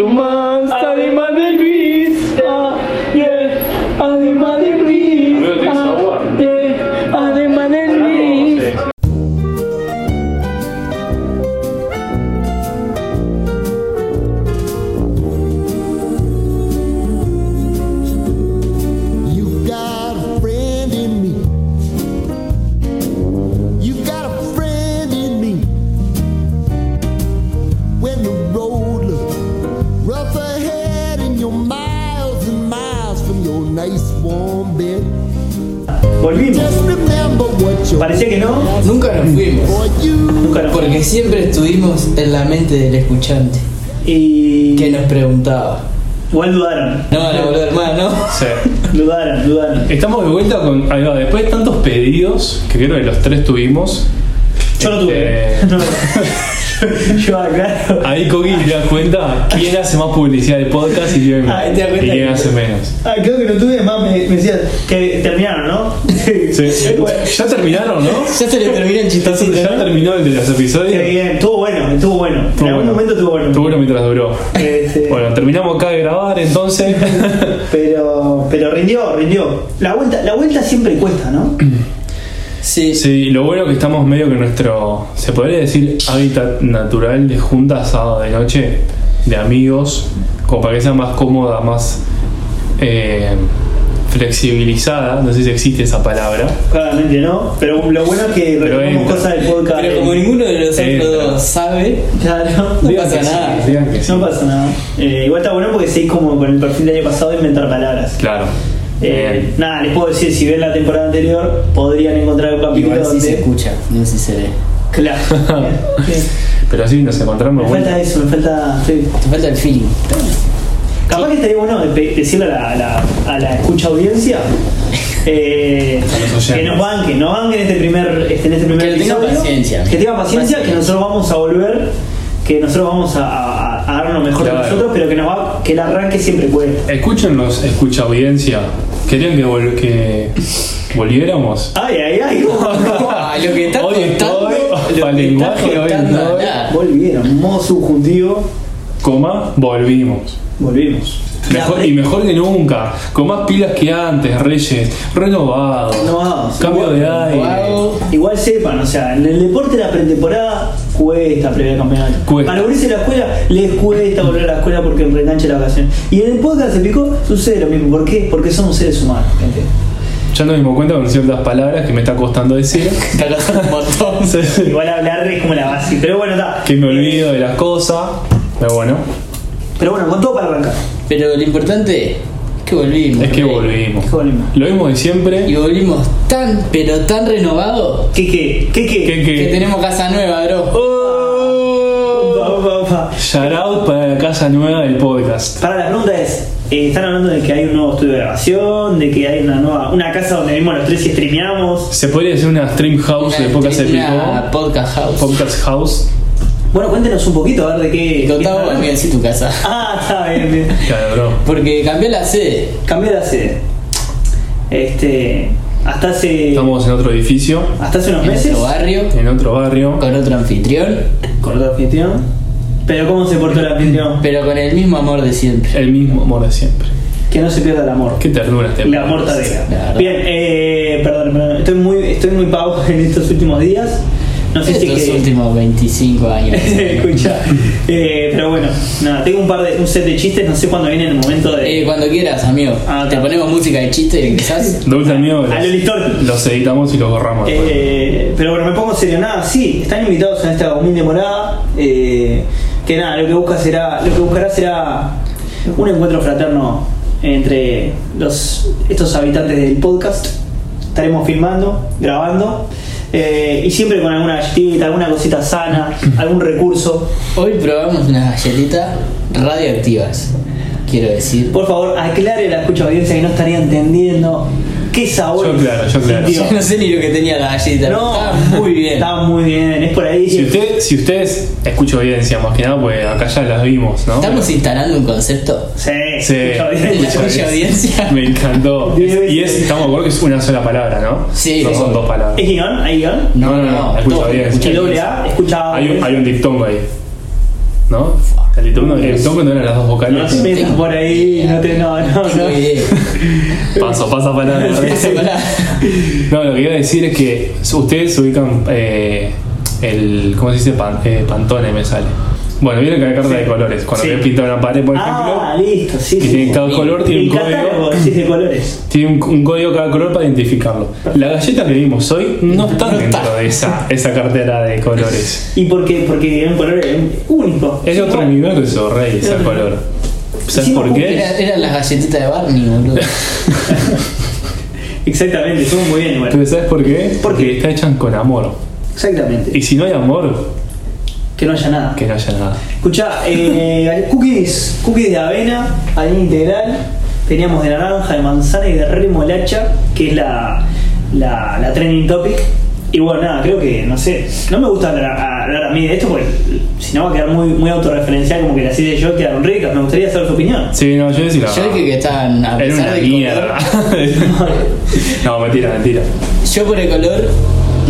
Truman, además de Luis, ah, yeah, además de Luis, Amigo, ¿tienes ah, agua? yeah, además de Luis. You got a friend in me. You got a friend in me. When the road looks rough ahead and you're miles and miles from your nice warm bed, Volvimos. just remember what you're Parecía que no. Nunca nos fuimos. for you. Nunca nos Porque siempre estuvimos en la mente del escuchante Y. que nos preguntaba. Igual dudaron. No van a volver más, ¿no? Sí. Dudaron, dudaron. Estamos de vuelta con. ahí va, después de tantos pedidos que creo que los tres tuvimos. Yo no tuve. este, No. Yo, ah, claro. Ahí Coqui te das cuenta quién hace más publicidad de podcast y quién, Ahí te das cuenta y quién que- hace menos. Ah, creo que no tuve, más me, me decían, Que terminaron, ¿no? Sí. Ya terminaron, ¿no? Ya se le termina el Ya, chistecito. ya terminó el de los episodios. Qué bien, estuvo bueno, estuvo bueno. Estuvo en algún bueno. momento estuvo bueno. Estuvo bueno mientras duró. Este, Bueno, terminamos acá de grabar entonces. Pero, pero rindió, rindió. La vuelta, la vuelta siempre cuesta, ¿no? Sí. Sí, lo bueno que estamos medio que nuestro, se podría decir, hábitat natural de junta sábado de noche, de amigos, como para que sea más cómoda, más eh, flexibilizada, no sé si existe esa palabra. Claramente no. Pero lo bueno es que Pero retomamos entra. cosas del podcast. Pero como eh, ninguno de los Entra. otros dos sabe, Claro. no Digan pasa que sí, nada. digan que sí. No pasa nada. Eh, igual está bueno porque seguís como con el perfil del año pasado de inventar palabras. Claro. Eh, nada, les puedo decir, si ven la temporada anterior, podrían encontrar un capítulo Igual sí donde. se escucha, no sé si se ve. Claro. Sí. Pero sí, nos encontramos. Me bueno. falta eso, me falta. sí. Te falta el feeling. Capaz que estaría bueno de pe- decirle a la, a la- a la escucha audiencia eh, los oyentes. que nos banquen, nos banquen este primer, este, en este primer Que tengan episodio. paciencia. Que tengan paciencia, que Paciencia. nosotros vamos a volver, que nosotros vamos a, a, a dar lo mejor Claro. de nosotros, pero que nos va, que el arranque siempre cuesta. Escúchenos, escucha audiencia. ¿Querían que, vol- que volviéramos? Ay, ay, ay, Ah, lo que está Hoy contando, estoy, lo que para está lenguaje, hoy contando, estoy. nada. Volvieron, modo subjuntivo, Coma, volvimos. volvimos. Mejor- y mejor que nunca, con más pilas que antes, Reyes, renovado, Renovados. cambio de aire, Wow. Igual sepan, o sea, en el deporte la pretemporada cuesta previa al campeonato. Cuesta. Para volverse a la escuela les cuesta volver a la escuela porque engancha la ocasión. Y en el podcast se picó, sucede lo mismo. ¿Por qué? Porque somos seres humanos, gente. ya nos dimos cuenta con ciertas palabras que me está costando decir, Está contando un montón. Igual hablar es como la base. Pero bueno, está. Eh, que me olvido de las cosas, pero bueno, Pero bueno, con todo para arrancar. Pero lo importante es que volvimos. es que ¿ok? volvimos, Qué volvimos. lo mismo de Y siempre, volvimos tan, pero tan renovados ¿Qué qué? ¿Qué qué? que, que que tenemos casa nueva, bro. Opa, opa, opa. Oh. shout out para la casa nueva del podcast, Para la pregunta es, eh, están hablando de que hay un nuevo estudio de grabación, de que hay una nueva, una casa donde vimos los tres y streameamos. se podría decir una stream house de podcast se Una picó, podcast house. podcast house, Bueno, cuéntenos un poquito a ver de qué. Y qué contá vos, están amigo, hablando. decí tu casa. Ah, está bien, bien. claro bro. Porque cambió la sede. Cambié la sede. Este. Hasta hace. estamos en otro edificio, Hasta hace unos En meses. otro barrio, en otro barrio, con otro anfitrión, Con otro anfitrión. Pero cómo se portó el anfitrión. pero con el mismo amor de siempre. el mismo amor de siempre, Que no se pierda el amor. qué ternura este La podcast. mortadela. Claro. Bien, eh, perdón, perdón. Estoy muy, estoy muy pavo en estos últimos días. No sé si Estos que. últimos 25 años. Escucha. Eh, pero bueno, nada, tengo un par de. un set de chistes, no sé cuándo viene el momento de. Eh, cuando quieras, amigo. Ah, Te está. ponemos música de chiste y empezás. Doble mío, A lo Listorti. los editamos y los borramos. después. Eh, pero bueno, me pongo serio, nada, sí, están invitados en esta humilde morada, eh, que nada, lo que busca será, lo que buscará será un encuentro fraterno entre los estos habitantes del podcast. Estaremos filmando, grabando, eh, y siempre con alguna galletita, alguna cosita sana, algún recurso. Hoy probamos unas galletitas radioactivas. Quiero decir. Por favor, aclare a la escucha audiencia que no estaría entendiendo qué sabor. Yo claro, yo claro. sintió. Yo no sé ni lo que tenía la galleta. pero No, estaba muy bien. Está muy bien, es por ahí. Si, usted, si ustedes escucho evidencia más que nada, pues acá ya las vimos, ¿no? Estamos instalando un concepto. Sí, Sí, escucha audiencia. La escucha escucha audiencia. Me encantó. Diez Y es, veces. estamos de acuerdo que es una sola palabra, ¿no? Sí. No son dos palabras. ¿Es guión? ¿Hay guión? No, no, no, escucha todo, bien. escucha El bien. doble A, escucha Hay un, hay un dictongo ahí. ¿No? El tono, el tono no eran las dos No te vocales. metas por ahí, no te. No, no, Tengo no. idea. Paso, pasa para Paso para- No, lo que iba a decir es que ustedes ubican eh, el. ¿Cómo se dice? Pan- eh, pantone me sale. Bueno, vieron que hay carta de colores. Cuando Sí. ven pintar una pared, por ejemplo, Ah, listo, sí. que sí, tiene sí. cada color, tiene El un código. catálogo, sí, de colores. Tiene un, un código cada color para identificarlo. Las galletas que vimos hoy no están No dentro está. de esa, esa cartera de colores. ¿Y por qué? Porque era un color eh, único. Es de otro universo, rey, ese color. ¿Sabes Sí, por qué? Era- Eran las galletitas de Barney, boludo. Exactamente, estuvo muy bien igual. Pero ¿sabes por qué? ¿Por qué? Porque está hechas con amor. Exactamente. Y si no hay amor, Que no haya nada. que no haya nada. Escuchá, eh, cookies, cookies de avena, harina integral, teníamos de naranja, de manzana y de remolacha, que es la, la, la trending topic. Y bueno, nada, creo que, no sé, no me gusta hablar, hablar a mí de esto porque si no va a quedar muy, muy autorreferencial como que las ideas de yo quedaron ricas, me gustaría saber su opinión. Sí, no, yo decía. Yo dije que estaban a Era pesar una del color. mierda. no, mentira, mentira. Yo por el color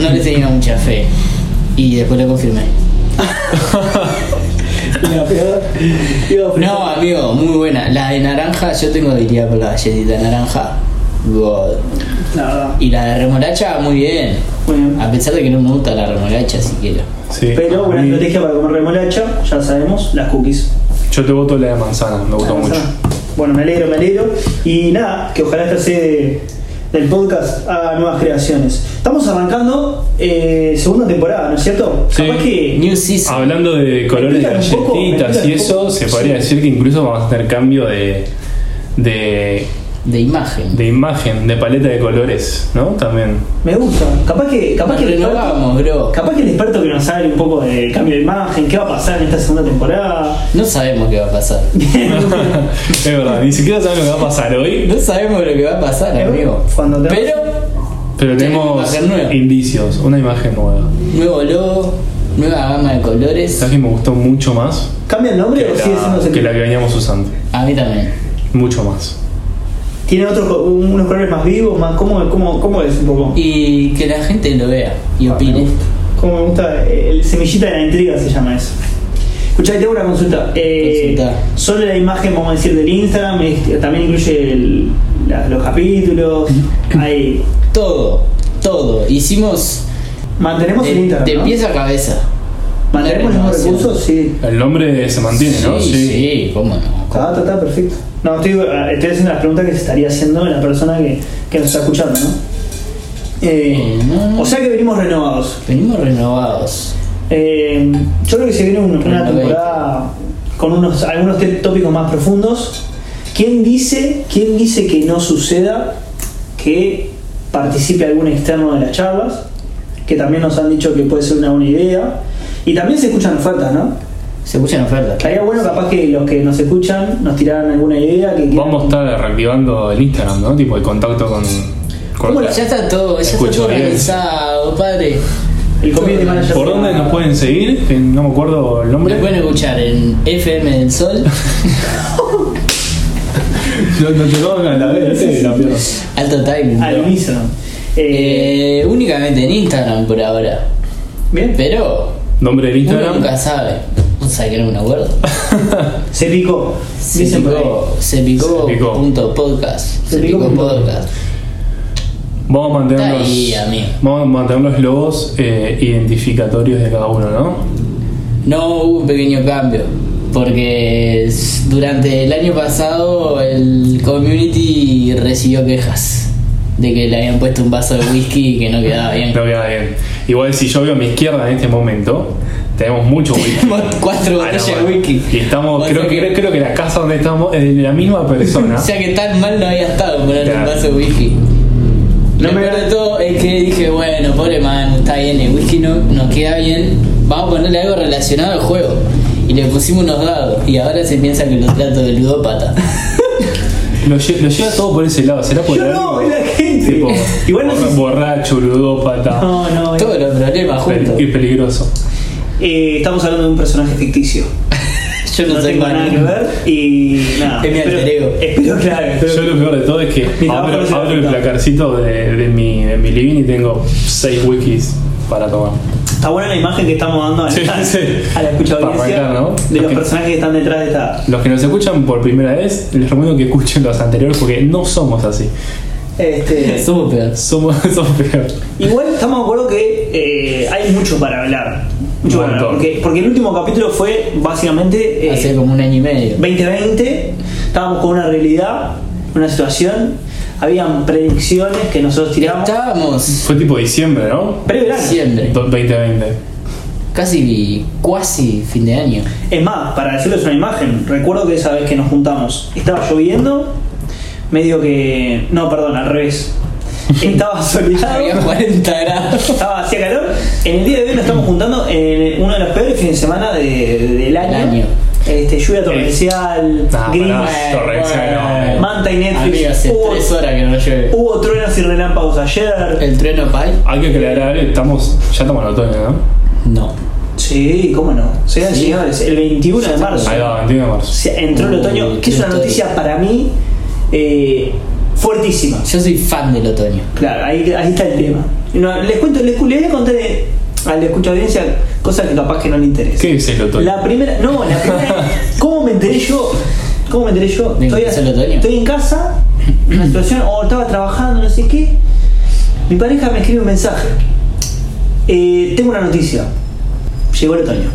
no le tenía mucha fe. Y después lo confirmé. La peor. Digo, No, amigo, muy buena. La de naranja, yo tengo habilidad por la galletita de naranja. God. la verdad. Y la de remolacha, muy bien. Bueno. A pesar de que no me gusta la remolacha siquiera. Sí. Pero buena A mí- estrategia para comer remolacha, ya sabemos, las cookies. Yo te voto la de manzana, me gustó mucho. Bueno, me alegro, me alegro. Y nada, que ojalá esta sede del podcast haga nuevas creaciones. Estamos arrancando eh, segunda temporada, ¿no es cierto? Sí. Capaz que. New season. Hablando de colores de explican un poco, me galletitas explican y un eso, poco. se Sí. podría decir que incluso vamos a tener cambio de, de, De imagen. de imagen, de paleta de colores, ¿no? También. Me gusta. Capaz que. Capaz Nos que el experto, renovamos, bro. capaz que el experto que nos hable un poco de cambio de imagen, qué va a pasar en esta segunda temporada. No sabemos qué va a pasar. es verdad, ni siquiera sabemos lo que va a pasar hoy, No sabemos lo que va a pasar, amigo. Cuando te- Pero, pero tenemos imagen nueva. indicios, una imagen nueva. nuevo logo, nueva gama de colores. ¿Sabes que me gustó mucho más ¿Cambia el nombre que o sigue siendo la, ese que la que veníamos usando? A mí también. Mucho más. ¿Tiene otros, co- unos colores más vivos? más ¿Cómo, cómo, cómo es un poco? Y que la gente lo vea y Ah, Me opine. gusta. Como me gusta, eh, el semillita de la intriga se llama eso. Escuchá, tengo una consulta. Eh, Consulta. Solo la imagen, vamos a decir, del Instagram, es- también incluye el- la- los capítulos. Ahí. Todo, todo. Hicimos Mantenemos de, el Instagram. de ¿no? pieza a cabeza. Mantenemos los mismos Renovación. recursos, sí. El nombre se mantiene, ¿no? Sí, sí, cómo no. Está, está, está, perfecto. No, estoy, eh, estoy haciendo las preguntas que se estaría haciendo la persona que, que nos está escuchando, ¿no? Eh, Eh, no, no. O sea que venimos renovados. Venimos renovados. Eh, yo creo que se viene un- una Renovate. temporada con unos algunos te- tópicos más profundos. ¿Quién dice, quién dice que no suceda que participe algún externo de las charlas? Que también nos han dicho que puede ser una buena idea. Y también se escuchan ofertas, ¿no? Se escuchan ofertas. Estaría bueno capaz que los que nos escuchan nos tiraran alguna idea que quieran- Vamos a estar reactivando el Instagram, ¿no? Tipo el contacto con. con Bueno, la- ya está todo, ya Escucho está todo bien. organizado, padre. el community manager. ¿Por dónde nos pueden seguir? Que No me acuerdo el nombre. Lo pueden escuchar en FM del Sol, No, no te lo hagan la vez, sí, la pierdo. Alto Time. al bro. unísono. Eh, Eh, únicamente en Instagram por ahora. bien, Pero Nombre del uno Instagram. nunca sabe. No sabe que no me acuerdo. se picó. Se Dicen por ahí. picó, se picó Se picó. punto podcast. Se picó picó punto podcast. Vamos a mantener Está los, ahí, amigo. vamos a mantener los logos eh, identificatorios de cada uno, ¿no? No hubo un pequeño cambio, porque s- durante el año pasado el community recibió quejas de que le habían puesto un vaso de whisky que no quedaba bien. No queda bien. Igual si yo veo a mi izquierda en este momento, tenemos mucho whisky. Tenemos cuatro A la botellas de mano. whisky. Ah, Y estamos, O creo sea que, que- creo que la casa donde estamos es de la misma persona. O sea que tan mal no había estado poner un Claro. vaso de whisky. No Lo me- peor de todo es que dije, bueno, pobre man, está bien, el whisky no, nos queda bien, vamos a ponerle algo relacionado al juego. Y le pusimos unos dados, y ahora se piensa que lo trato de ludópata. Lo, lle- lo lleva todo por ese lado, será por Yo algo? no, es la gente. Tipo, Igual no borra- sé si- borracho, ludópata, No, no, eh. Todos los problemas juntos. pel- y peligroso. Eh, estamos hablando de un personaje ficticio. Yo no, No soy tengo nada que Batman. ver y nada. Es mi alter Espero- ego. Espero, claro. espero- Yo lo peor de todo es que trabajo abro, no se abro el afecta. placarcito de, de mi, de mi living y tengo seis wikis para tomar. Está buena la imagen que estamos dando a la, Sí, sí. a la escucha Para audiencia arrancar, ¿no? de los Ok. personajes que están detrás de esta. Los que nos escuchan por primera vez, les recomiendo que escuchen los anteriores porque no somos así. Este, Somos peores. Somos, somos peor. Igual estamos de acuerdo que eh, hay mucho para hablar. Mucho Un para hablar. montón. Porque, porque el último capítulo fue básicamente eh, Hace como un año y medio. 2020. Estábamos con una realidad, una situación. Habían predicciones que nosotros tiramos. Estábamos Fue tipo diciembre, ¿no? Preverano. siempre, Do- 2020. casi cuasi fin de año. Es más, para decirles una imagen, recuerdo que esa vez que nos juntamos estaba lloviendo, medio que. No, perdón, al revés. Estaba soleado. Había 40 grados. Estaba hacía calor. En el día de hoy nos estamos juntando en uno de los peores fines de semana de- del año. año. Eh, Este, lluvia torrencial, Ah, gris, pará. torrencial, Manta y Netflix. Amigo, hace Hubo- 3 horas que no llueve. hubo truenos y relámpagos ayer. ¿El trueno pal? Hay que aclarar, estamos, ya estamos en otoño, ¿no? No. Sí, cómo no. Sean Sí. señores, el 21 de marzo. Ahí va, 21 de O marzo. sea, entró el Uy, otoño, que es qué una historia. noticia para mí eh, fuertísima. Yo soy fan del otoño. Claro, ahí, ahí está el tema. No, les cuento, les, les voy a contar eh, a la escucha audiencia cosas que capaz que no le interesa. ¿Qué es el otoño? La primera, no, la primera, ¿cómo me enteré yo? ¿Cómo me enteré yo? ¿De Estoy, que es el otoño? estoy en casa, en una situación, o estaba trabajando, no sé qué. Mi pareja me escribe un mensaje. Eh, tengo una noticia. Llegó el otoño.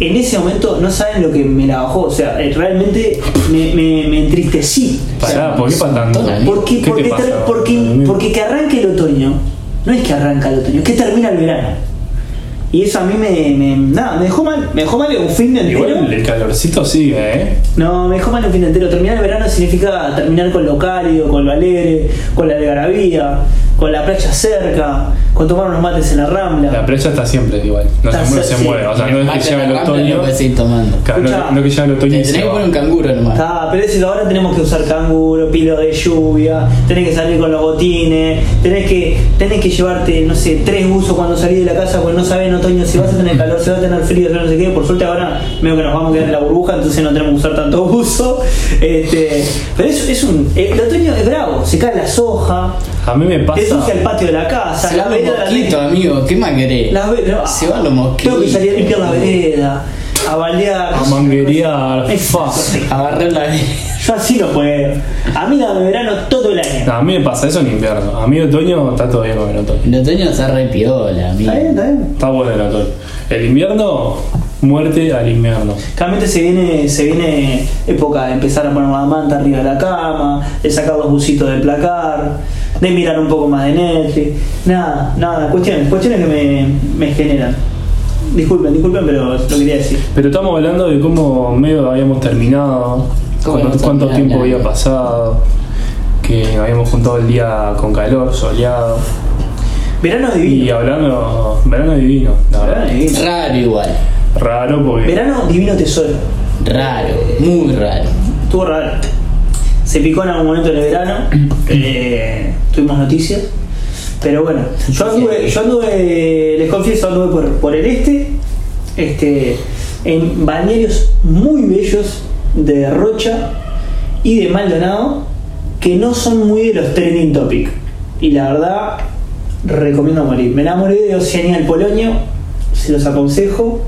En ese momento no saben lo que me la bajó, o sea, eh, realmente me, me- me entristecí. Pará, ¿por qué para tanto? Total. ¿Por qué? ¿Qué te porque, pasa? ter- porque, porque que arranque el otoño, no es que arranca el otoño, es que termina el verano. Y eso a mí me, me- nada, me dejó mal, me dejó mal un fin de entero. Igual el calorcito sigue, ¿eh? No, me dejó mal un fin de entero. Terminar el verano significa terminar con lo cálido, con lo alegre, con la algarabía, con la playa cerca, con tomar unos mates en la rambla. La playa está siempre igual. No Está se mueve, se- se sí. mueve. O sea, no El es que mate llegue en el la rambla otoño. No puedes seguir tomando. Claro, Escuchá, No no que llegue el Te otoño y tenés se que va. poner un canguro hermano. Ah, pero eso ahora tenemos que usar canguro, pilo de lluvia, tenés que salir con los botines, tenés que, tenés que llevarte, no sé, tres buzos cuando salís de la casa porque no sabés en otoño si vas a tener calor, si vas a tener frío, si no sé qué. Por suerte ahora medio que nos vamos a quedar en la burbuja, entonces no tenemos que usar tanto buzo. Este, pero es, es un. eh, El otoño es bravo, se cae la soja, A mí me te sucia el pasa. patio de la casa, Se la van los vereda mosquitos, amigo. ¿Qué más querés? las ve- no, Se van los mosquitos. Tengo que salir a limpiar la vereda, a balear. A manguerear. Fa. Agarrar la Yo así no puedo. A mí dame verano todo el año. A mí me pasa eso en invierno. A mí el otoño está todo bien con el otoño. El otoño está re piola, amigo. Está bien, está bien. Está bueno el otoño. El invierno, muerte al invierno. Claramente se viene, se viene época de empezar a poner una manta arriba de la cama, de sacar los bucitos del placar, de mirar un poco más de Netflix. Nada, nada, cuestiones, cuestiones que me, me generan. Disculpen, disculpen, pero lo quería decir. Pero estamos hablando de cómo medio habíamos terminado, cuánto, ¿Cómo habíamos cuánto terminado? tiempo había pasado, que habíamos juntado el día con calor, soleado. Verano Y divino. hablando, verano divino, la Verano verdad. divino. Raro igual. Raro porque. Verano divino tesoro. Raro. Muy raro. Estuvo raro. Se picó en algún momento en el verano. eh, tuvimos noticias. Pero bueno, yo anduve, yo anduve, les confieso, anduve por, por el este, este, en balnearios muy bellos de Rocha y de Maldonado, que no son muy de los trending topic. Y la verdad, recomiendo morir. Me enamoré de Oceanía del Polonio, se los aconsejo.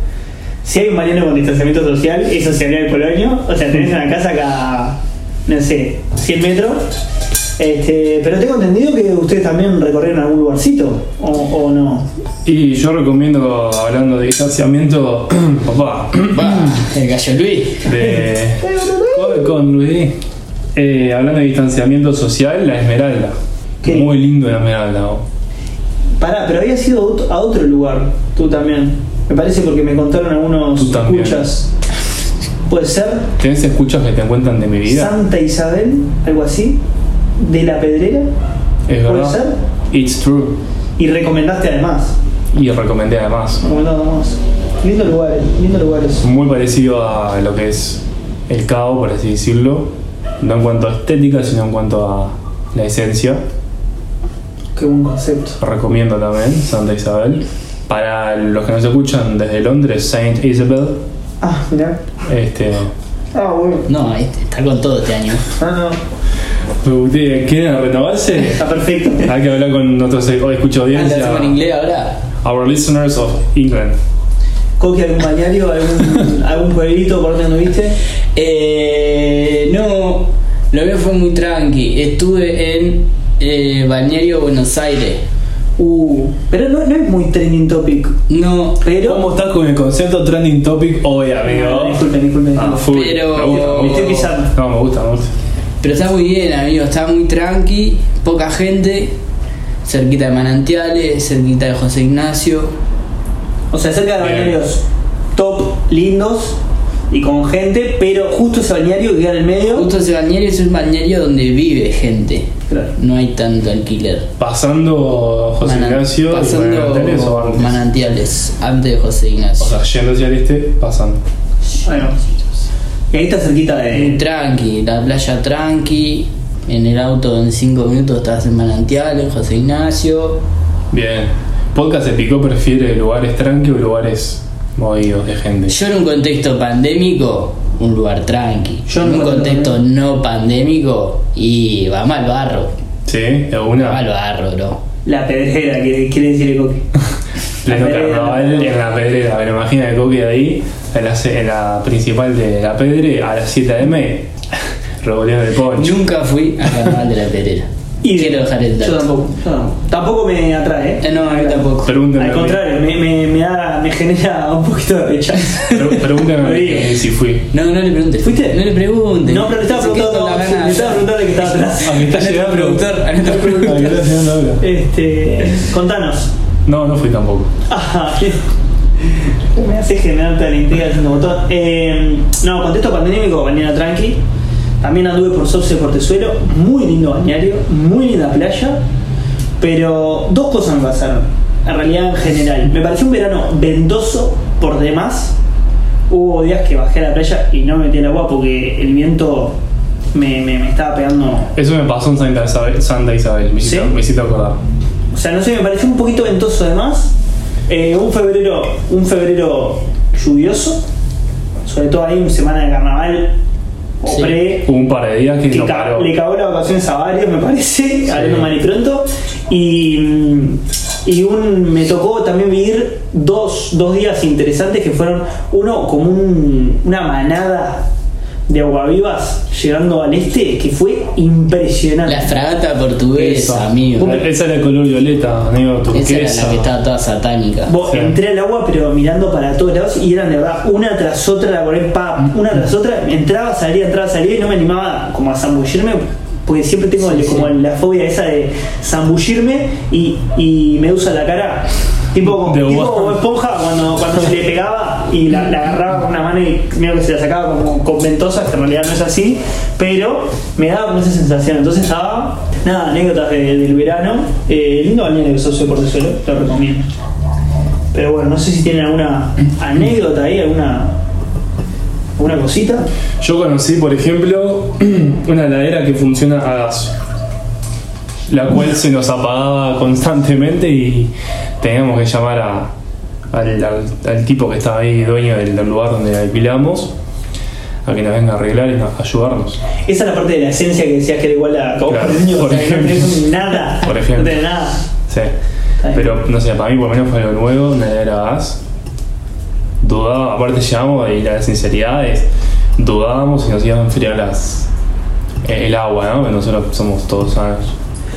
Si hay un balneario con distanciamiento social, es Oceanía del Polonio. O sea, tenés una casa cada, no sé, 100 metros. Este, pero tengo entendido que ustedes también recorrieron algún lugarcito, o, o no. Y yo recomiendo, hablando de distanciamiento, papá, Va, el gallo Luis. de. con- con Luis. eh, hablando de distanciamiento social, la Esmeralda. ¿Qué? Muy lindo la Esmeralda. oh. Pará, pero habías ido a ot- a otro lugar, tú también. Me parece porque me contaron algunos Tú también. escuchas. Puede ser ¿Tenés escuchas que te cuentan de mi vida? Santa Isabel, algo así, de la Pedrera, es ¿puede verdad. It's true. y recomendaste además. Y recomendé además. Recomendamos. Lindo lugares, lindo lugares. Muy parecido a lo que es el cabo, por así decirlo. No en cuanto a estética, sino en cuanto a la esencia. Qué buen concepto. Recomiendo también Santa Isabel. Para los que nos escuchan desde Londres, Saint Isabel. Ah, mirá. Este, Ah, bueno. No, este está con todo este año. Ah, no. ¿Ustedes quieren renovarse? Está perfecto. Hay que hablar con nuestros eh, escucha Ah, ¿Lo hacemos en audiencia. inglés ahora? our listeners of England. ¿Coqui algún bañario, algún, algún pueblito por donde anduviste? Eh, no, lo mío fue muy tranqui. Estuve en eh, Balneario Buenos Aires. Uh, pero no, no es muy trending topic. No, Pero. ¿Cómo estás con el concepto trending topic hoy, amigo? Disculpen, disculpen. Ah, disculpen. full. Pero- me gusta, me Me gusta. estoy pisando. No, me gusta, me gusta. pero está muy bien, amigo. Está muy tranqui, poca gente, cerquita de Manantiales, cerquita de José Ignacio. O sea, cerca de Bien. balnearios top, lindos y con gente, pero justo ese balneario que queda en el medio. Justo ese balneario es un balneario donde vive gente. Claro. No hay tanto alquiler. Pasando José Manan- Ignacio y Manantiales o pasando antes. manantiales antes de José Ignacio. o sea, yendo hacia el este, pasando. Bueno. Y ahí está cerquita eh. de. Tranqui, la playa tranqui, en el auto en 5 minutos estás en Manantiales, José Ignacio. Bien. Podcast de Picó prefiere lugares tranqui o lugares movidos de gente. Yo en un contexto pandémico, un lugar tranqui. Yo Yo en un no- contexto no pandémico y vamos al barro. ¿Sí? Vamos al ¿Alguna? barro, bro. La pedrera, quiere, quiere decir el coque. Pleno La pedrera. carnaval en la pedrera. Me lo imagino el coque ahí, en la, se- en la principal de la pedre, a las 7 m Revolviendo el poncho. Nunca fui a Carnaval de la Perera. Y Quiero dejar el dato. Yo tampoco, yo tampoco. Tampoco me atrae, Eh, ¿eh? no, a mí tampoco. Pregúntame. Al a mí. contrario, me, me, me, da, me genera un poquito de rechazo. Pre- Pregúntame a mí Río. eh, si fui. No, no le preguntes. ¿Fuiste? No le preguntes. No, pero le estaba Se quedó preguntando, con las le ganas. estaba preguntando al que estaba atrás. A mí está A nuestro llegando. productor, a nuestro A mí productor. está llegando ahora. Este. Contanos. No, no fui tampoco. Ajá, me hace generar tal intriga haciendo botón. Eh, no, contexto pandémico, bañera tranqui. También anduve por Sauce por Tesuelo, muy lindo bañario, muy linda playa. Pero dos cosas me pasaron, en realidad en general. Me pareció un verano ventoso por demás. Hubo días que bajé a la playa y no me metí al agua porque el viento me, me- me estaba pegando. Eso me pasó en Santa Isabel. Santa Isabel. Me hiciste, ¿Sí? me hiciste acordar. O sea, no sé, me pareció un poquito ventoso además. Eh, un febrero, un febrero lluvioso, sobre todo ahí en semana de carnaval, o Sí. pre, Hubo un par de días que, que no ca- paró. le cagó las vacaciones a varios, me parece, hablando mal y pronto. Y, mm, y un, me tocó también vivir dos, dos días interesantes que fueron uno como un- una manada de aguavivas llegando al este que fue impresionante. La fragata portuguesa, amigo. Esa era el color violeta, negro Esa turquesa. era la que estaba toda satánica. Vos, Sí. entré al agua, pero mirando para todos lados y eran de verdad una tras otra, la volé pa, una tras otra. Entraba, salía, entraba, salía y no me animaba como a zambullirme porque siempre tengo el- como la fobia esa de zambullirme y, y me usa la cara. Tipo, como- De tipo Bob. Bob esponja cuando, cuando se le pegaba y la, la agarraba con una mano y medio que se la sacaba como con ventosas, que en realidad no es así, pero me daba como esa sensación. Entonces estaba, nada, anécdotas de- del verano. Eh, lindo balneario que socio por suelo, lo recomiendo. Pero bueno, no sé si tienen alguna anécdota ahí, alguna, alguna cosita. Yo conocí, por ejemplo, una heladera que funciona a gas, la cual se nos apagaba constantemente y teníamos que llamar a- al, al- al tipo que estaba ahí, dueño del, del lugar donde la alquilamos, a que nos venga a arreglar y nos- ayudarnos. Esa es la parte de la esencia que decías que era igual a Claro, niños, por o sea, que no ejemplo. tenés nada. Por ejemplo. No tenés nada. Sí. Está bien. Pero no sé, para mí por lo menos fue lo nuevo, una heladera a gas. Dudaba, aparte llegamos y la sinceridad es, dudábamos y nos iban a enfriar las, eh, el agua, ¿no? Que Nosotros somos todos sanos.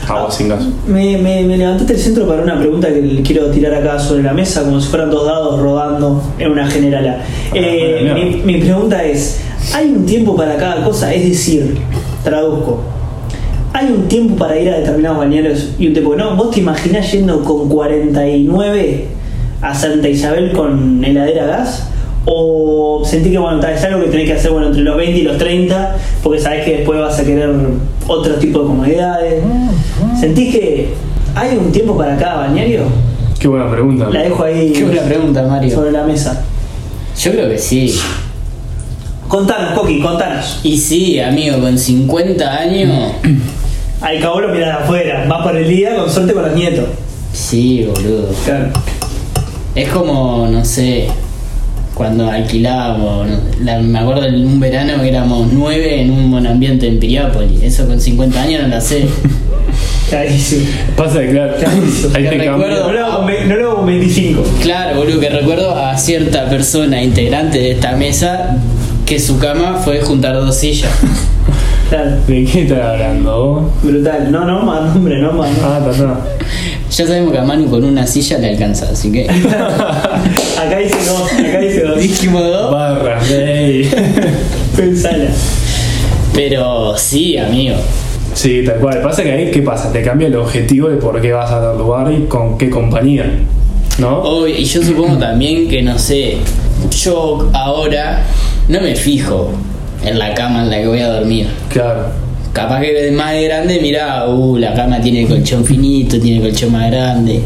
Agua sin gas. Me, me, me levantaste el centro para una pregunta que le quiero tirar acá sobre la mesa, como si fueran dos dados rodando en una generala. Eh, bueno, mi, mira. mi pregunta es, ¿hay un tiempo para cada cosa? Es decir, traduzco, ¿hay un tiempo para ir a determinados bañeros y un tiempo que no? ¿Vos te imaginás yendo con 49 a Santa Isabel con heladera a gas? ¿O sentí que bueno, tal vez es algo que tenés que hacer bueno, entre los 20 y los 30 porque sabés que después vas a querer otro tipo de comodidades? ¿Sentís que hay un tiempo para cada balneario? Qué buena pregunta. La dejo ahí Qué buena pregunta, Mario. sobre la mesa. Yo creo que sí. Contanos, Coqui, contanos. Y sí, amigo, con 50 años. Al cabo lo mirás de afuera, vas por el día con suerte con los nietos. Sí, boludo. Claro. Es como, no sé. cuando alquilábamos, la- me acuerdo en un verano que éramos nueve en un monambiente en Piriápolis, eso con 50 años no la sé. Clarísimo. Pasa que claro, ahí Que te cambia. recuerdo- No lo hago con ve- no lo hago con 25. Claro, boludo, que recuerdo a cierta persona integrante de esta mesa que su cama fue juntar dos sillas. Claro, ¿De qué estás hablando? vos? brutal. No, no, más hombre, no, más. Ah, está, está. Ya sabemos que a Manu con una silla le alcanza, así que Acá dice dos, acá dice dos. dijimos dos. Barra. ey. Pensala. Pero sí, amigo. Sí, tal cual. Pasa que ahí, ¿qué pasa? Te cambia el objetivo de por qué vas a tal lugar y con qué compañía. Oh. ¿No? Obvio, y yo supongo también que, no sé, yo ahora no me fijo en la cama en la que voy a dormir. Claro. Capaz que de más de grande, mirá, uh, la cama tiene el colchón finito, tiene el colchón más grande.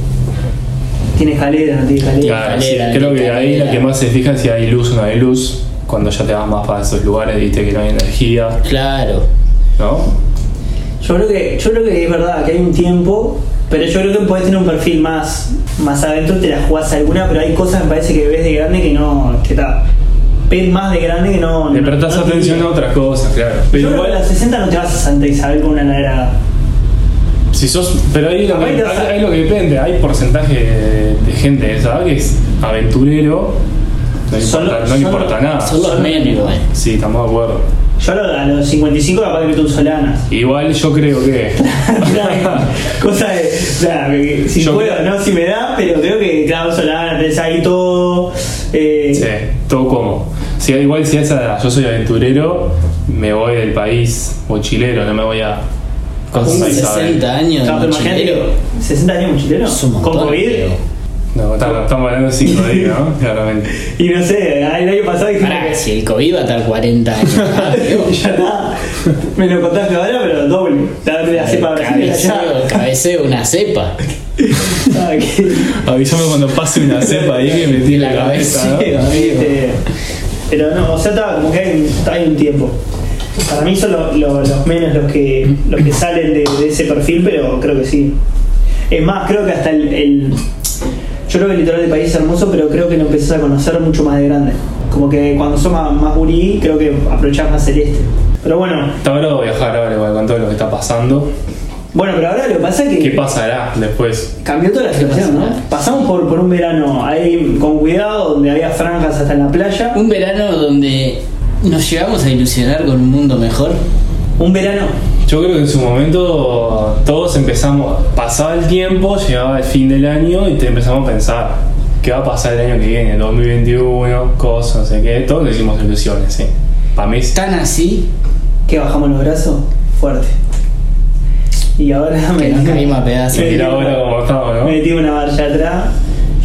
Tiene escalera, no tiene escalera. Claro, escalera, sí. Creo que escalera. ahí la que más se fija es si hay luz o no hay luz. Cuando ya te vas más para esos lugares, viste que no hay energía, Claro. ¿no? Yo creo que, yo creo que es verdad que hay un tiempo, pero yo creo que podés tener un perfil más, más adentro, te la jugás alguna, pero hay cosas me parece que ves de grande que no. que está. Ves más de grande que no. Le no- prestás no te- atención a otras cosas, claro. Yo Pero creo que a igual, los 60 no te vas a Santa Isabel con una heladera. si sos. Pero ahí lo que, Capaz que vas a- ahí lo que depende, hay porcentaje de, de gente, ¿sabes? Que es aventurero, no le Son importa, los- no le son importa los- nada. Son los menos igual. Sí, estamos de acuerdo. Yo a los, a los 55 capaz que meto un solanas. Igual yo creo que. Cosa de. O sea, que- si Yo puedo, creo- no si me da, pero creo que claro, un solanas, tenés ahí todo. eh, Sí, todo como. Si igual si a esa edad yo soy aventurero, me voy del país mochilero, no me voy a. Con Santa Isabel. 60 años. Claro, de pero imagínate, mochilero. 60 años mochilero. Es un montón, Con COVID. creo. No, estamos, estamos hablando de 5 días, ¿no? Claramente. Y no sé, el año pasado dijimos Pará, que- si el COVID va a estar 40 años. Ah, Dios. Ya está. Me lo contaste ahora, pero doble. La, la cepa brasileña ya. Cabeceo, cabeceo una cepa. Ah, que- Avísame cuando pase una cepa ahí que me De tire la la cabeza, cabeza. ¿no? Este, pero no, o sea, está como que hay, un- hay un tiempo. Para mí son lo- lo- los menos los que, los que salen de, de ese perfil, pero creo que sí. Es más, creo que hasta el, el- Yo creo que el litoral del país es hermoso, pero creo que lo empezás a conocer mucho más de grande. Como que cuando sos más, más gurí, creo que aprovechás más el este. Pero bueno, Está bravo viajar ahora igual con todo lo que está pasando. bueno, pero ahora lo que pasa es que. ¿Qué pasará después? Cambió toda la situación, ¿no? Pasamos por, por un verano ahí con cuidado, donde había franjas hasta en la playa. Un verano donde nos llegamos a ilusionar con un mundo mejor. Un verano. Yo creo que en su momento todos empezamos, pasaba el tiempo, llegaba el fin del año y te empezamos a pensar, ¿qué va a pasar el año que viene? 2021, cosas, no sé qué, todos le hicimos ilusiones, sí. Para mí es Tan así que bajamos los brazos? Fuerte. Y ahora que me nos caímos a pedazos. y la hora como estaba, ¿no? me metí una marcha atrás.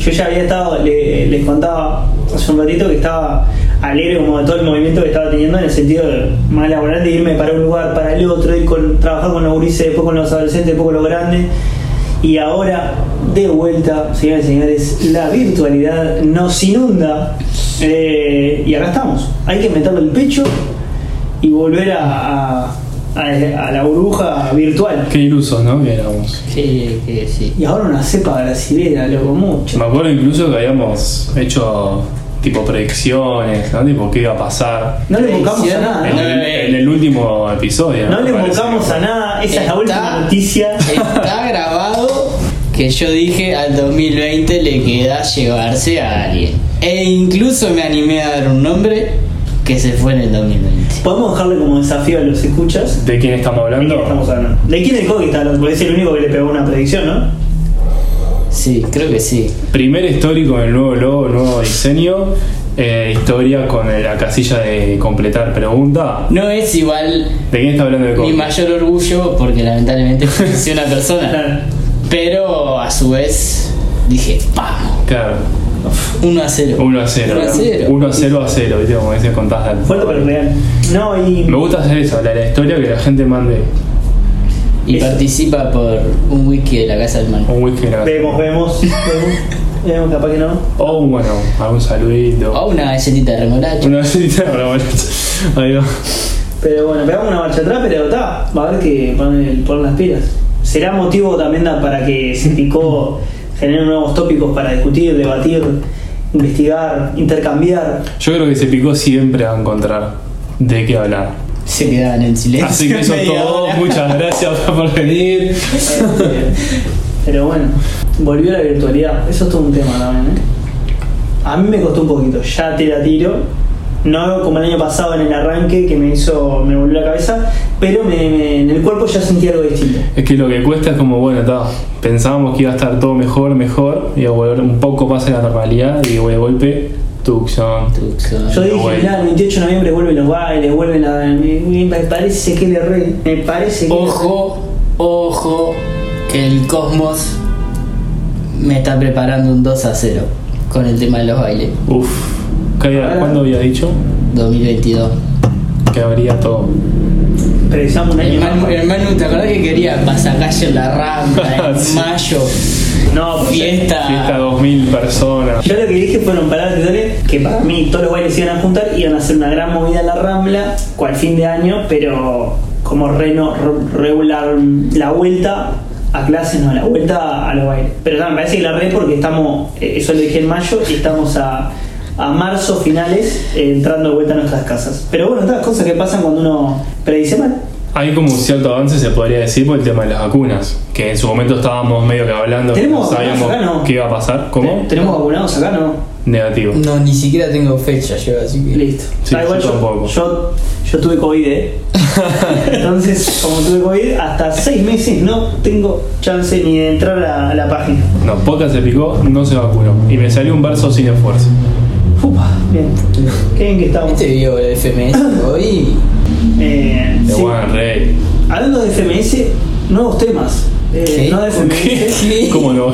Yo ya había estado, le- les contaba hace un ratito que estaba alegre como de todo el movimiento que estaba teniendo en el sentido de más laboral, de irme para un lugar, para el otro, ir con, trabajar con los gurises, después con los adolescentes, después con los grandes. Y ahora, de vuelta, señoras y señores, la virtualidad nos inunda. Eh, y acá estamos. Hay que meterle el pecho y volver a, a- a- a la burbuja virtual. Qué ilusos, ¿no? Que éramos. Sí, que sí. Y ahora una cepa brasilera, loco, mucho. Me acuerdo incluso que habíamos hecho tipo predicciones, ¿no? Tipo qué iba a pasar. No le buscamos a nada, En ¿no? el, en el último episodio. No le Eh, Me parece. buscamos a nada, esa es la Está- última noticia. Está grabado que yo dije al 2020 le queda llevarse a alguien. E incluso me animé a dar un nombre que se fue en el 2020. Podemos dejarle como desafío a los escuchas. ¿De quién estamos ¿De hablando? quién estamos hablando? ¿De quién el Kogi está hablando? Porque es el único que le pegó una predicción, ¿no? Sí, creo que sí. Primer histórico con el nuevo logo, nuevo diseño. eh, historia con el- la casilla de completar pregunta. No es igual ¿De quién está hablando el mi cómic? mayor orgullo porque lamentablemente soy una persona. Claro. Pero a su vez dije, vamos, Claro, 1 a 0. 1 a 0. 1 a 0. 1 a 0 a 0, ¿viste? Como dicen, contás la- Fuerte pero real. No, y. Me gusta hacer eso, la, la historia que la gente mande Y Eso. participa por un wiki de la casa del man. un whisky gratis. Vemos, vemos, vemos. Vemos, capaz que no. O bueno, algún saludito. O una galletita de remolacha. Una visita para bueno. Ahí va. Pero bueno, pegamos una marcha atrás, pero está. Va a haber que poner, el- poner las pilas. ¿Será motivo también da- para que se picó generen nuevos tópicos para discutir, debatir, investigar, intercambiar. Yo creo que se picó siempre va a encontrar de qué hablar. Se quedaban en silencio. Así que eso es media todo. hora. Muchas gracias por venir. Este, pero bueno, volvió la virtualidad. Eso es todo un tema también, ¿eh? A mí me costó un poquito, ya te la tiro. No como el año pasado en el arranque que me hizo, me volvió la cabeza, pero me- me- en el cuerpo ya sentí algo distinto. Es que lo que cuesta es como, bueno, está. Pensábamos que iba a estar todo mejor, mejor. Y a volver un poco más a la normalidad. Y güey, de golpe, tucson. Tucson. Yo Pero dije, bueno. mirá, el 28 de noviembre vuelven los bailes, vuelven la. Me, me parece que le re. Me parece que. le re. Ojo, ojo, que el cosmos me está preparando un 2 a 0 con el tema de los bailes Uf. ¿Qué había- ¿Cuándo había dicho? 2022. Que habría todo. Precisamos un El año. Manu, más. el Manu, ¿te acordás que quería pasacalle en la rampa en Sí. mayo? No, pues, Fiesta. Fiesta 2000 personas. Yo lo que dije fueron palabras titulares que para mí todos los bailes se iban a juntar, iban a hacer una gran movida en la Rambla, cual fin de año, pero como reno re- regular la vuelta a clases, no, la vuelta a los bailes. Pero nada, me parece que la red porque estamos, eh, eso lo dije en mayo, y estamos a, a marzo finales eh, entrando de vuelta a nuestras casas. Pero bueno, estas cosas que pasan cuando uno predice mal. Hay como un cierto avance, se podría decir, por el tema de las vacunas. Que en su momento estábamos medio que hablando. que ¿Tenemos no sabíamos vacunas acá, no? qué iba a pasar. ¿Cómo? Eh, ¿Tenemos vacunados acá, no? Negativo. No, ni siquiera tengo fecha yo, así que. Listo. Sí, Ah, yo yo, tampoco. yo, yo tuve COVID, ¿eh? Entonces, como tuve COVID, hasta seis meses no tengo chance ni de entrar a, a la página. No, Poca se picó, no se vacunó. Y me salió un verso sin esfuerzo. Upa, bien. Qué bien que estamos. Este vio el FMS hoy. Eh, De sí. One Rey. Hablando de FMS, nuevos temas. Eh, ¿Qué? No de FMS. ¿Qué? ¿Cómo no?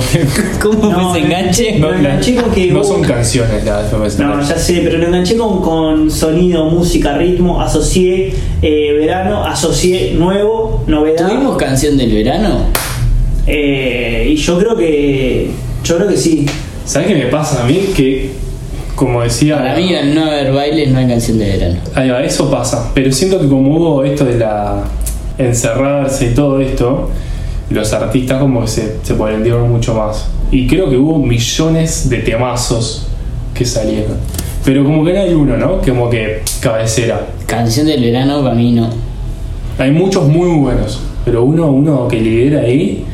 ¿Cómo No, me no. enganche? No. la- chico que no hubo- son canciones las FMS. No, ya sé, pero lo enganché con, con sonido, música, ritmo, asocié eh, verano, asocié nuevo, novedad. ¿Tuvimos canción del verano? Eh, y yo creo que. Yo creo que sí. ¿Sabes qué me pasa a mí? Que, como decía. Para mí, al no haber bailes, no hay canción de verano. Ahí va, eso pasa. Pero siento que como hubo esto de la encerrarse y todo esto, los artistas como que se, se vendieron mucho más. Y creo que hubo millones de temazos que salieron. Pero como que no hay uno, ¿no? Como que cabecera. Canción del verano, para mí no. Hay muchos muy buenos, pero uno, uno que lidera ahí,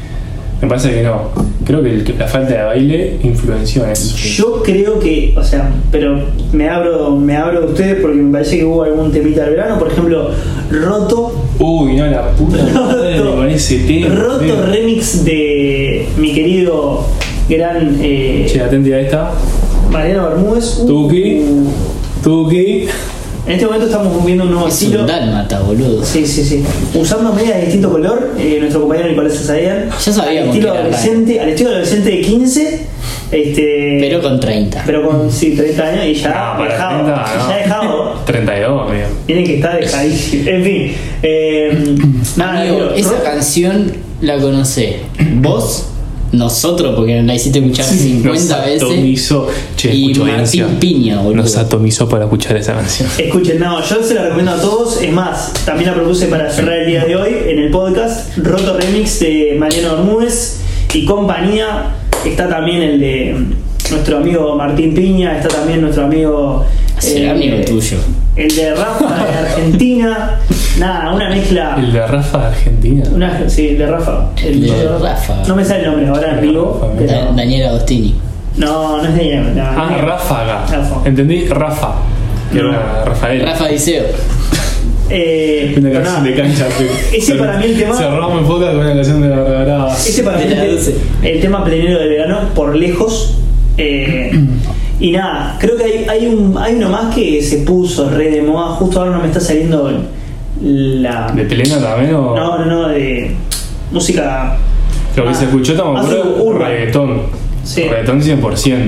me parece que no. Creo que el- que la falta de baile influenció en eso. Yo creo que, o sea, pero me abro, me abro a ustedes porque me parece que hubo algún temita del verano, por ejemplo, Roto, Uy, no, la puta madre Roto. con ese tema. Roto tío. remix de mi querido gran eh, Che, atenti a esta. Mariano Bermúdez. Uh, Tuki. Tuki. En este momento estamos viendo un nuevo Es estilo. un dálmata, boludo. Sí, sí, sí. Usando medias de distinto color, eh, nuestro compañero Nicolás Azadea. Ya sabíamos Al estilo que era adolescente, al estilo adolescente de 15, este. Pero con 30. pero con sí, 30 años y ya No, para dejado. 30, no. Ya dejado. 32, amigo. Tienen que estar dejadísimo. En fin. eh, Mm. nada, Amigo, digo, esa Ro- canción la conocés. ¿Vos? Nosotros, porque la hiciste escuchar 50 nos veces. atomizó. Che, y escucho Martín audiencia. Piña, boludo. Nos atomizó para escuchar esa canción. Escuchen, no, yo se la recomiendo a todos. Es más, también la propuse para cerrar el día de hoy en el podcast. Roto Remix de Mariano Bermúdez y compañía. Está también el de mm, nuestro amigo Martín Piña. Está también nuestro amigo. Será eh, amigo tuyo. El de Rafa de Argentina. Nada, una mezcla. El de Rafa de Argentina. Una, sí, el de Rafa. El El de Rafa. No me sale el nombre ahora en El de vivo. Rafa, pero- Da- Daniel Agostini. No, no es de no, Ah, no. Ráfaga. Rafa. Entendí, Rafa. Que No. era Rafael. Rafa Diceo. Eh, Una pero canción nada. de cancha. sí. Ese para mí el tema- Cerramos el podcast con una canción de la Brava. Ese para mí De la es 12. el tema plenero del verano, por lejos. Eh, y nada, creo que hay, hay, un, hay uno más que se puso re de moda. Justo ahora no me está saliendo la. ¿De Pelena también o.? No, no, no, de música. Lo que Ah, se escuchó, estamos hace hablando urban. reggaetón. Sí. Reggaetón 100%,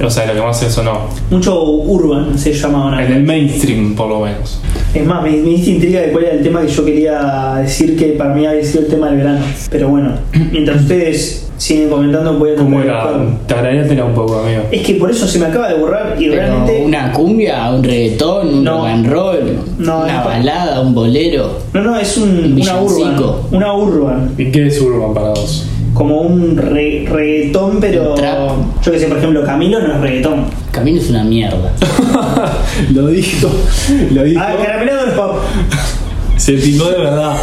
¿no? O sea, lo que más se sonó. Mucho urban se llama ahora. En el mainstream, por lo menos. Es más, me, me diste intriga de cuál era el tema que yo quería decir que para mí había sido el tema del verano. Pero bueno, mientras ustedes siguen comentando, voy a ¿Cómo tratar de era? buscarlo. Tarareátela un poco, amigo. Es que por eso se me acaba de borrar y Pero realmente. una cumbia, un reggaetón, un No. rock and roll, No, una no. balada, un bolero. No, no, es un, Un una urban. villancico. Una urban. ¿Y qué es Urban para vos? como un re- reggaetón, pero. Trap. Yo que sé, por ejemplo, Camilo no es reggaetón. Camino es una mierda. lo dijo, lo dijo. Ah, Caramelado no es pop. Se picó de verdad.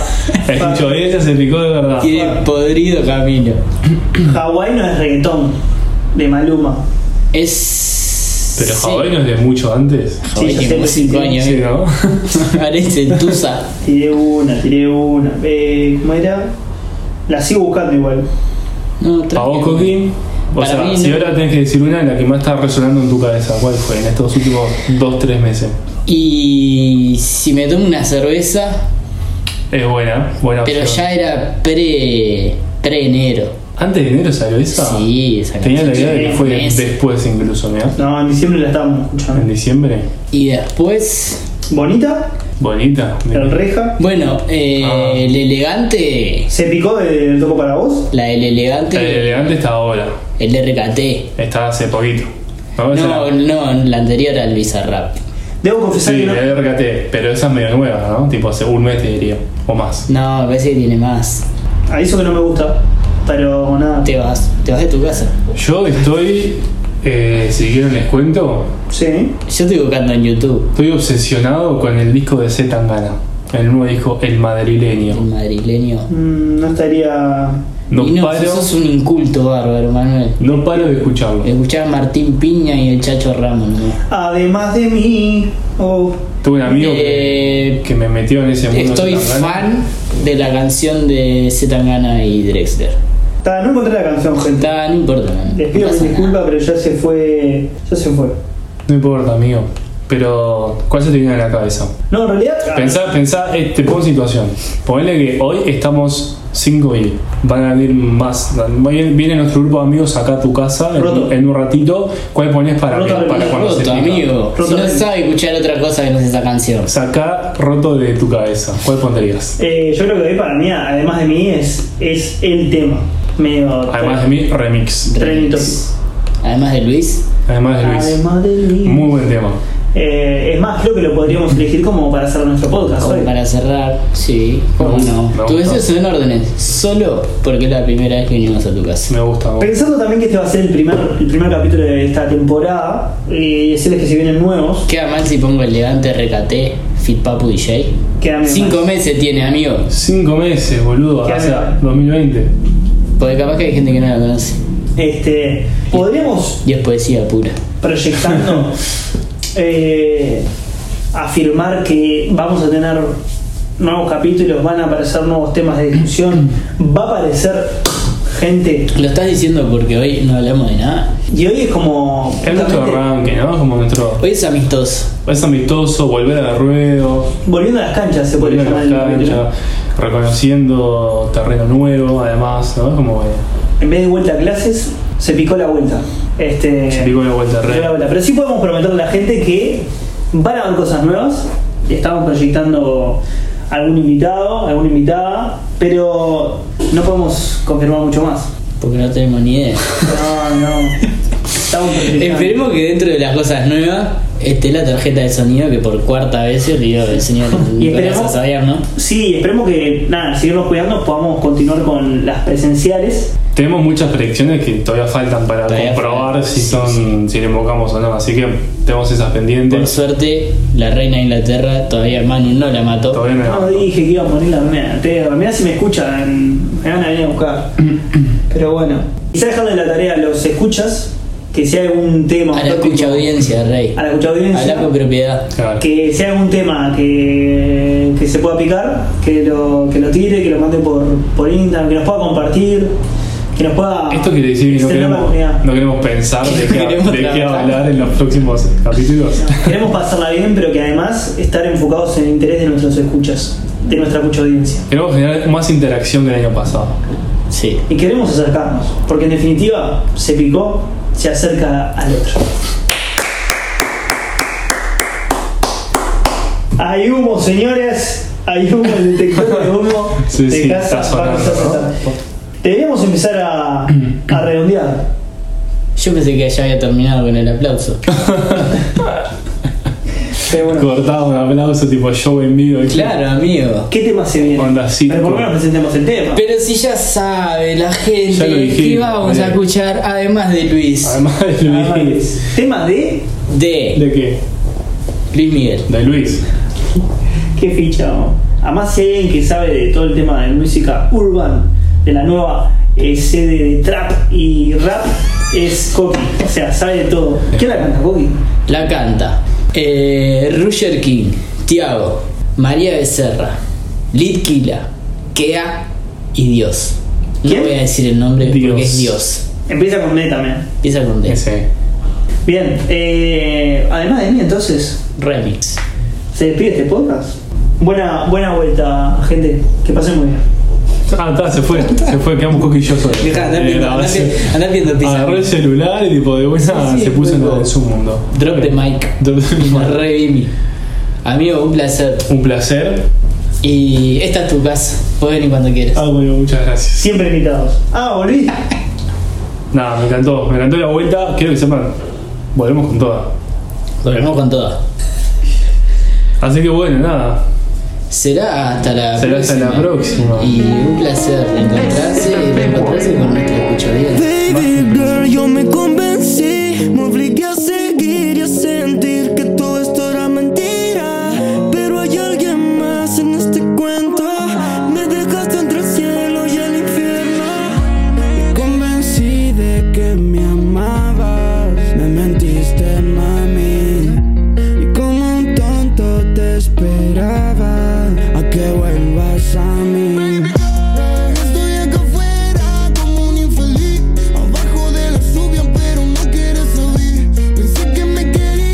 Escuchó ella, se picó de verdad. Tiene podrido Camino. Hawái no es reggaetón. De Maluma. Es. Pero sí. Hawái no es de mucho antes. Hawái Sí, ya tiene sé, como sí, sí, cinco años. ¿eh? Sí, ¿no? Parece Tusa. Tiré una, tiré una. Eh, ¿Cómo era? La sigo buscando igual. No, ¿A vos, Coquín? O Para sea, mí si no. ahora tenés que decir una en la que más está resonando en tu cabeza, ¿cuál fue en estos últimos 2-3 meses? Y si me tomo una cerveza, Es buena, buena pero opción. ya era pre. pre enero. ¿Antes de enero salió esa? Sí, esa Tenía la canción. idea de que fue Mes. después incluso, mirá. No, en diciembre la estábamos En escuchando. diciembre. Y después. Bonita, Bonita. el reja. Bueno, eh, Ah. el elegante. ¿Se picó de- del toco para vos? La del El elegante. elegante está ahora. El RKT. Está hace poquito. No, Esa No, era- no, la anterior al Bizarrap. Debo confesar Sí, eh. que no. de RKT, pero esa es medio nueva, ¿no? Tipo hace un mes te diría, o más. No, me parece que tiene más. A ah, eso que no me gusta. Pero nada. Te vas, te vas de tu casa. Yo estoy, eh, si quieren les cuento, Sí. ¿eh? Yo estoy buscando en YouTube. estoy obsesionado con el disco de Z Tangana, el nuevo disco El El Madrileño. madrileño. Mm, no estaría. No y no, paro, sos un inculto bárbaro, Manuel. no paro de escucharlo. Escuchaba Martín Piña y el Chacho Ramos. ¿no? Además de mí. Oh. Tuve un amigo que, Eh, que me metió en ese mundo. estoy de Zetangana. fan de la canción de Zetangana y Drexler. Ta, no encontré la canción, gente. Está, no importa. no Les pido pasa mil nada. disculpas, pero ya se fue. Ya se fue. No importa, amigo. Pero, ¿cuál se te viene a la cabeza? No, en realidad. ah, Pensá, pensá, eh, te pongo en situación. Ponele que hoy estamos 5 y van a venir más. Viene viene nuestro grupo de amigos acá a tu casa en, Roto. en un ratito. ¿Cuál pones para, Roto que- de para mi cuando se Roto, pica? amigo. Roto Si no de- sabe escuchar otra cosa que no es esa canción. Sacá roto de tu cabeza. ¿Cuál pondrías? eh, yo creo que hoy para mí, además de mí, es, es el tema. Medio. Además de mí, remix. Trendito. Además de Luis. Además de Luis. Además de mí. Muy buen tema. Eh, es más, creo que lo podríamos elegir como para hacer nuestro podcast Como hoy. para cerrar, sí, cómo Me gusta, no. me Tus gusta. deseos son órdenes, solo porque es la primera vez que venimos a tu casa. Me gusta. me gusta. Pensando también que este va a ser el primer, el primer capítulo de esta temporada, y decirles que se vienen nuevos, Queda mal si pongo elegante recate, Fit Papu DJ. Queda bien Cinco mal. meses tiene, amigo. Cinco meses, boludo. ¿Qué O sea, año? 2020. Porque capaz que hay gente que no la conoce. este, podríamos, Y es poesía pura. proyectando, eh, afirmar que vamos a tener nuevos capítulos, van a aparecer nuevos temas de discusión, va a aparecer gente. Lo estás diciendo porque hoy no hablamos de nada. Y hoy es como. Es nuestro justamente, arranque, ¿no? Es como nuestro. Hoy es amistoso. Es amistoso, volver al ruedo. Volviendo a las canchas, se puede Volviendo a llamar las el capítulo. canchas, reconociendo terreno nuevo, además, ¿no? Como que En vez de vuelta a clases, se picó la vuelta. Este, se picó la vuelta se picó la re. vuelta. Pero sí podemos prometerle a la gente que van a haber cosas nuevas. y Estamos proyectando algún invitado, alguna invitada, pero no podemos confirmar mucho más. Porque no tenemos ni idea. No, no. Estamos proyectando. Esperemos que dentro de las cosas nuevas esté la tarjeta de sonido que por cuarta vez se olvidó el señor Y Nicolás esperemos- Azabiar, ¿no? Sí, esperemos que, nada, seguirnos cuidando, podamos continuar con las presenciales. Tenemos muchas predicciones que todavía faltan para Todavía comprobar faltan, si sí, son, si le invocamos o no, así que tenemos esas Por pendientes. suerte, la reina de Inglaterra todavía Manu no la mató. Todavía me No dije que iba a poner la mea tierra. Mirá si me escuchan, me van a venir a buscar. Pero bueno. Quizá dejando de la tarea a los escuchas, que si hay algún tema. A la escucha audiencia, Rey. A la escucha audiencia. Habla con propiedad. Claro. Que si hay algún tema que, que se pueda picar, que lo, que lo tire, que lo mande por, por Instagram, que nos pueda compartir, que nos pueda. Esto quiere decir que no extender la queremos, comunidad. no queremos pensar de qué, Queremos de qué trabajar. hablar en los próximos capítulos. Queremos pasarla bien, pero que además estar enfocados en el interés de nuestros escuchas, de nuestra escucha audiencia. Queremos generar más interacción que el año pasado. Sí. Y queremos acercarnos, porque en definitiva se picó, se acerca al otro. Hay humo, señores. Hay humo, el detector de humo Sí, de sí, casa. está sonando, Vamos a ¿no? tratar. Deberíamos empezar a, a redondear. Yo pensé que ya había terminado con el aplauso. Pero bueno, Cortado un aplauso tipo show en vivo. aquí. Claro, amigo. ¿qué tema se viene? Onda cinco. Pero por lo menos presentemos el tema. Pero si ya sabe la Ya lo gente que dijimos, vamos a Mariano. escuchar, además de Luis, Además de Luis. Además, tema de de ¿De qué? Luis Miguel. De Luis. qué ficha. ¿no? Además, si hay alguien que sabe de todo el tema de música urban, de la nueva eh, sede de trap y rap, es Coqui. O sea, sabe de todo. ¿Quién la canta, Coqui? La canta eh, Roger King, Tiago, María Becerra, Litkila, Kea y Dios. No ¿Quién? voy a decir el nombre Dios. porque es Dios. Empieza con D también. Empieza con D. Ese. Bien, eh, además de mí, entonces, Remix. ¿se despide este podcast? Buena, buena vuelta, gente. Que pasen muy bien. Ah, está, se fue. Se fue, quedamos coquillosos. Dejá, andá Eh, Ah, viendo- la andá base. vi- andá viendo pizza. Agarró el celular y tipo de buena Sí, sí, se puso en, luego. en su mundo. Drop the mic. Drop the Y nos mic. re vimi. Amigo, un placer. Un placer. Y esta es tu casa. Puedes venir cuando quieras. Ah, bueno, muchas gracias. Siempre invitados. Ah, volví. Nada, me encantó. Me encantó la vuelta. Quiero que sepan, volvemos con toda. Volvemos con todo. Así que bueno, nada. Será hasta la Será hasta la próxima. Y un placer encontrarse y reencontrarse con nuestra escuchadora. Baby girl, yo me convencí, me obligué a seguir y a sentir que todo esto era mentira. Pero hay alguien más en este cuento, me dejaste entre el cielo y el infierno. Me convencí de que me amabas, me mentiste, mami. Y como un tonto te esperaba a que vuelvas a mí. Estoy acá afuera como un infeliz Abajo de la lluvia pero no quiero subir ah, ah, ah,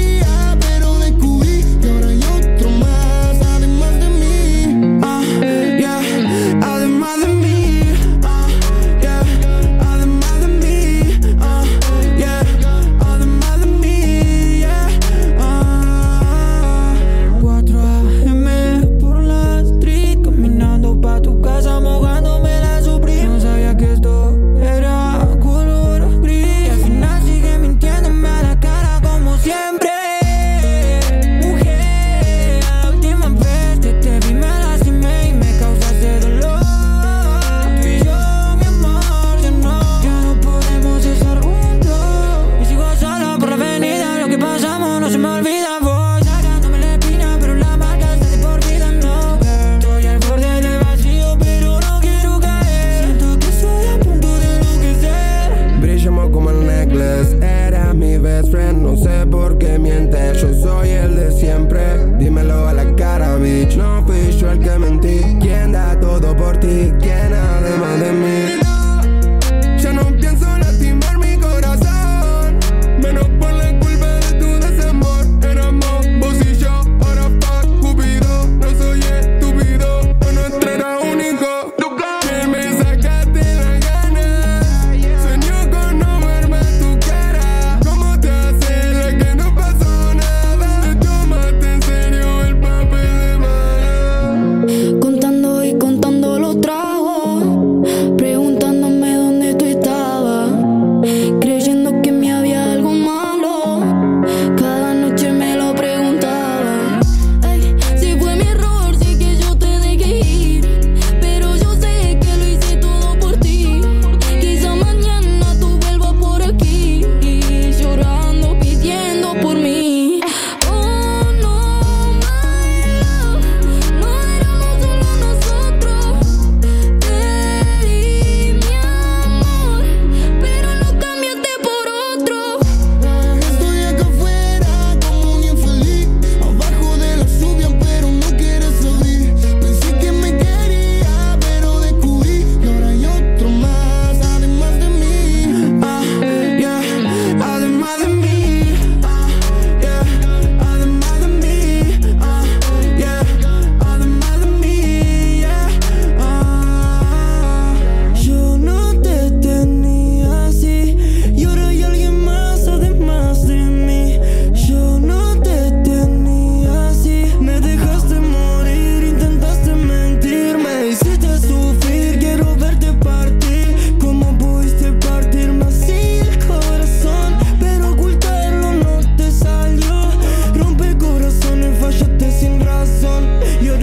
Oh,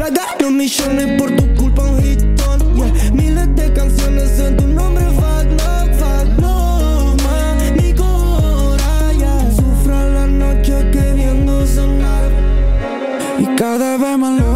Ah, millones por tu culpa un hitón yeah. Miles de canciones en tu nombre Fuck no, fuck no ma, Mi cora yeah. Sufro la noche queriendo sonar Y cada vez más loco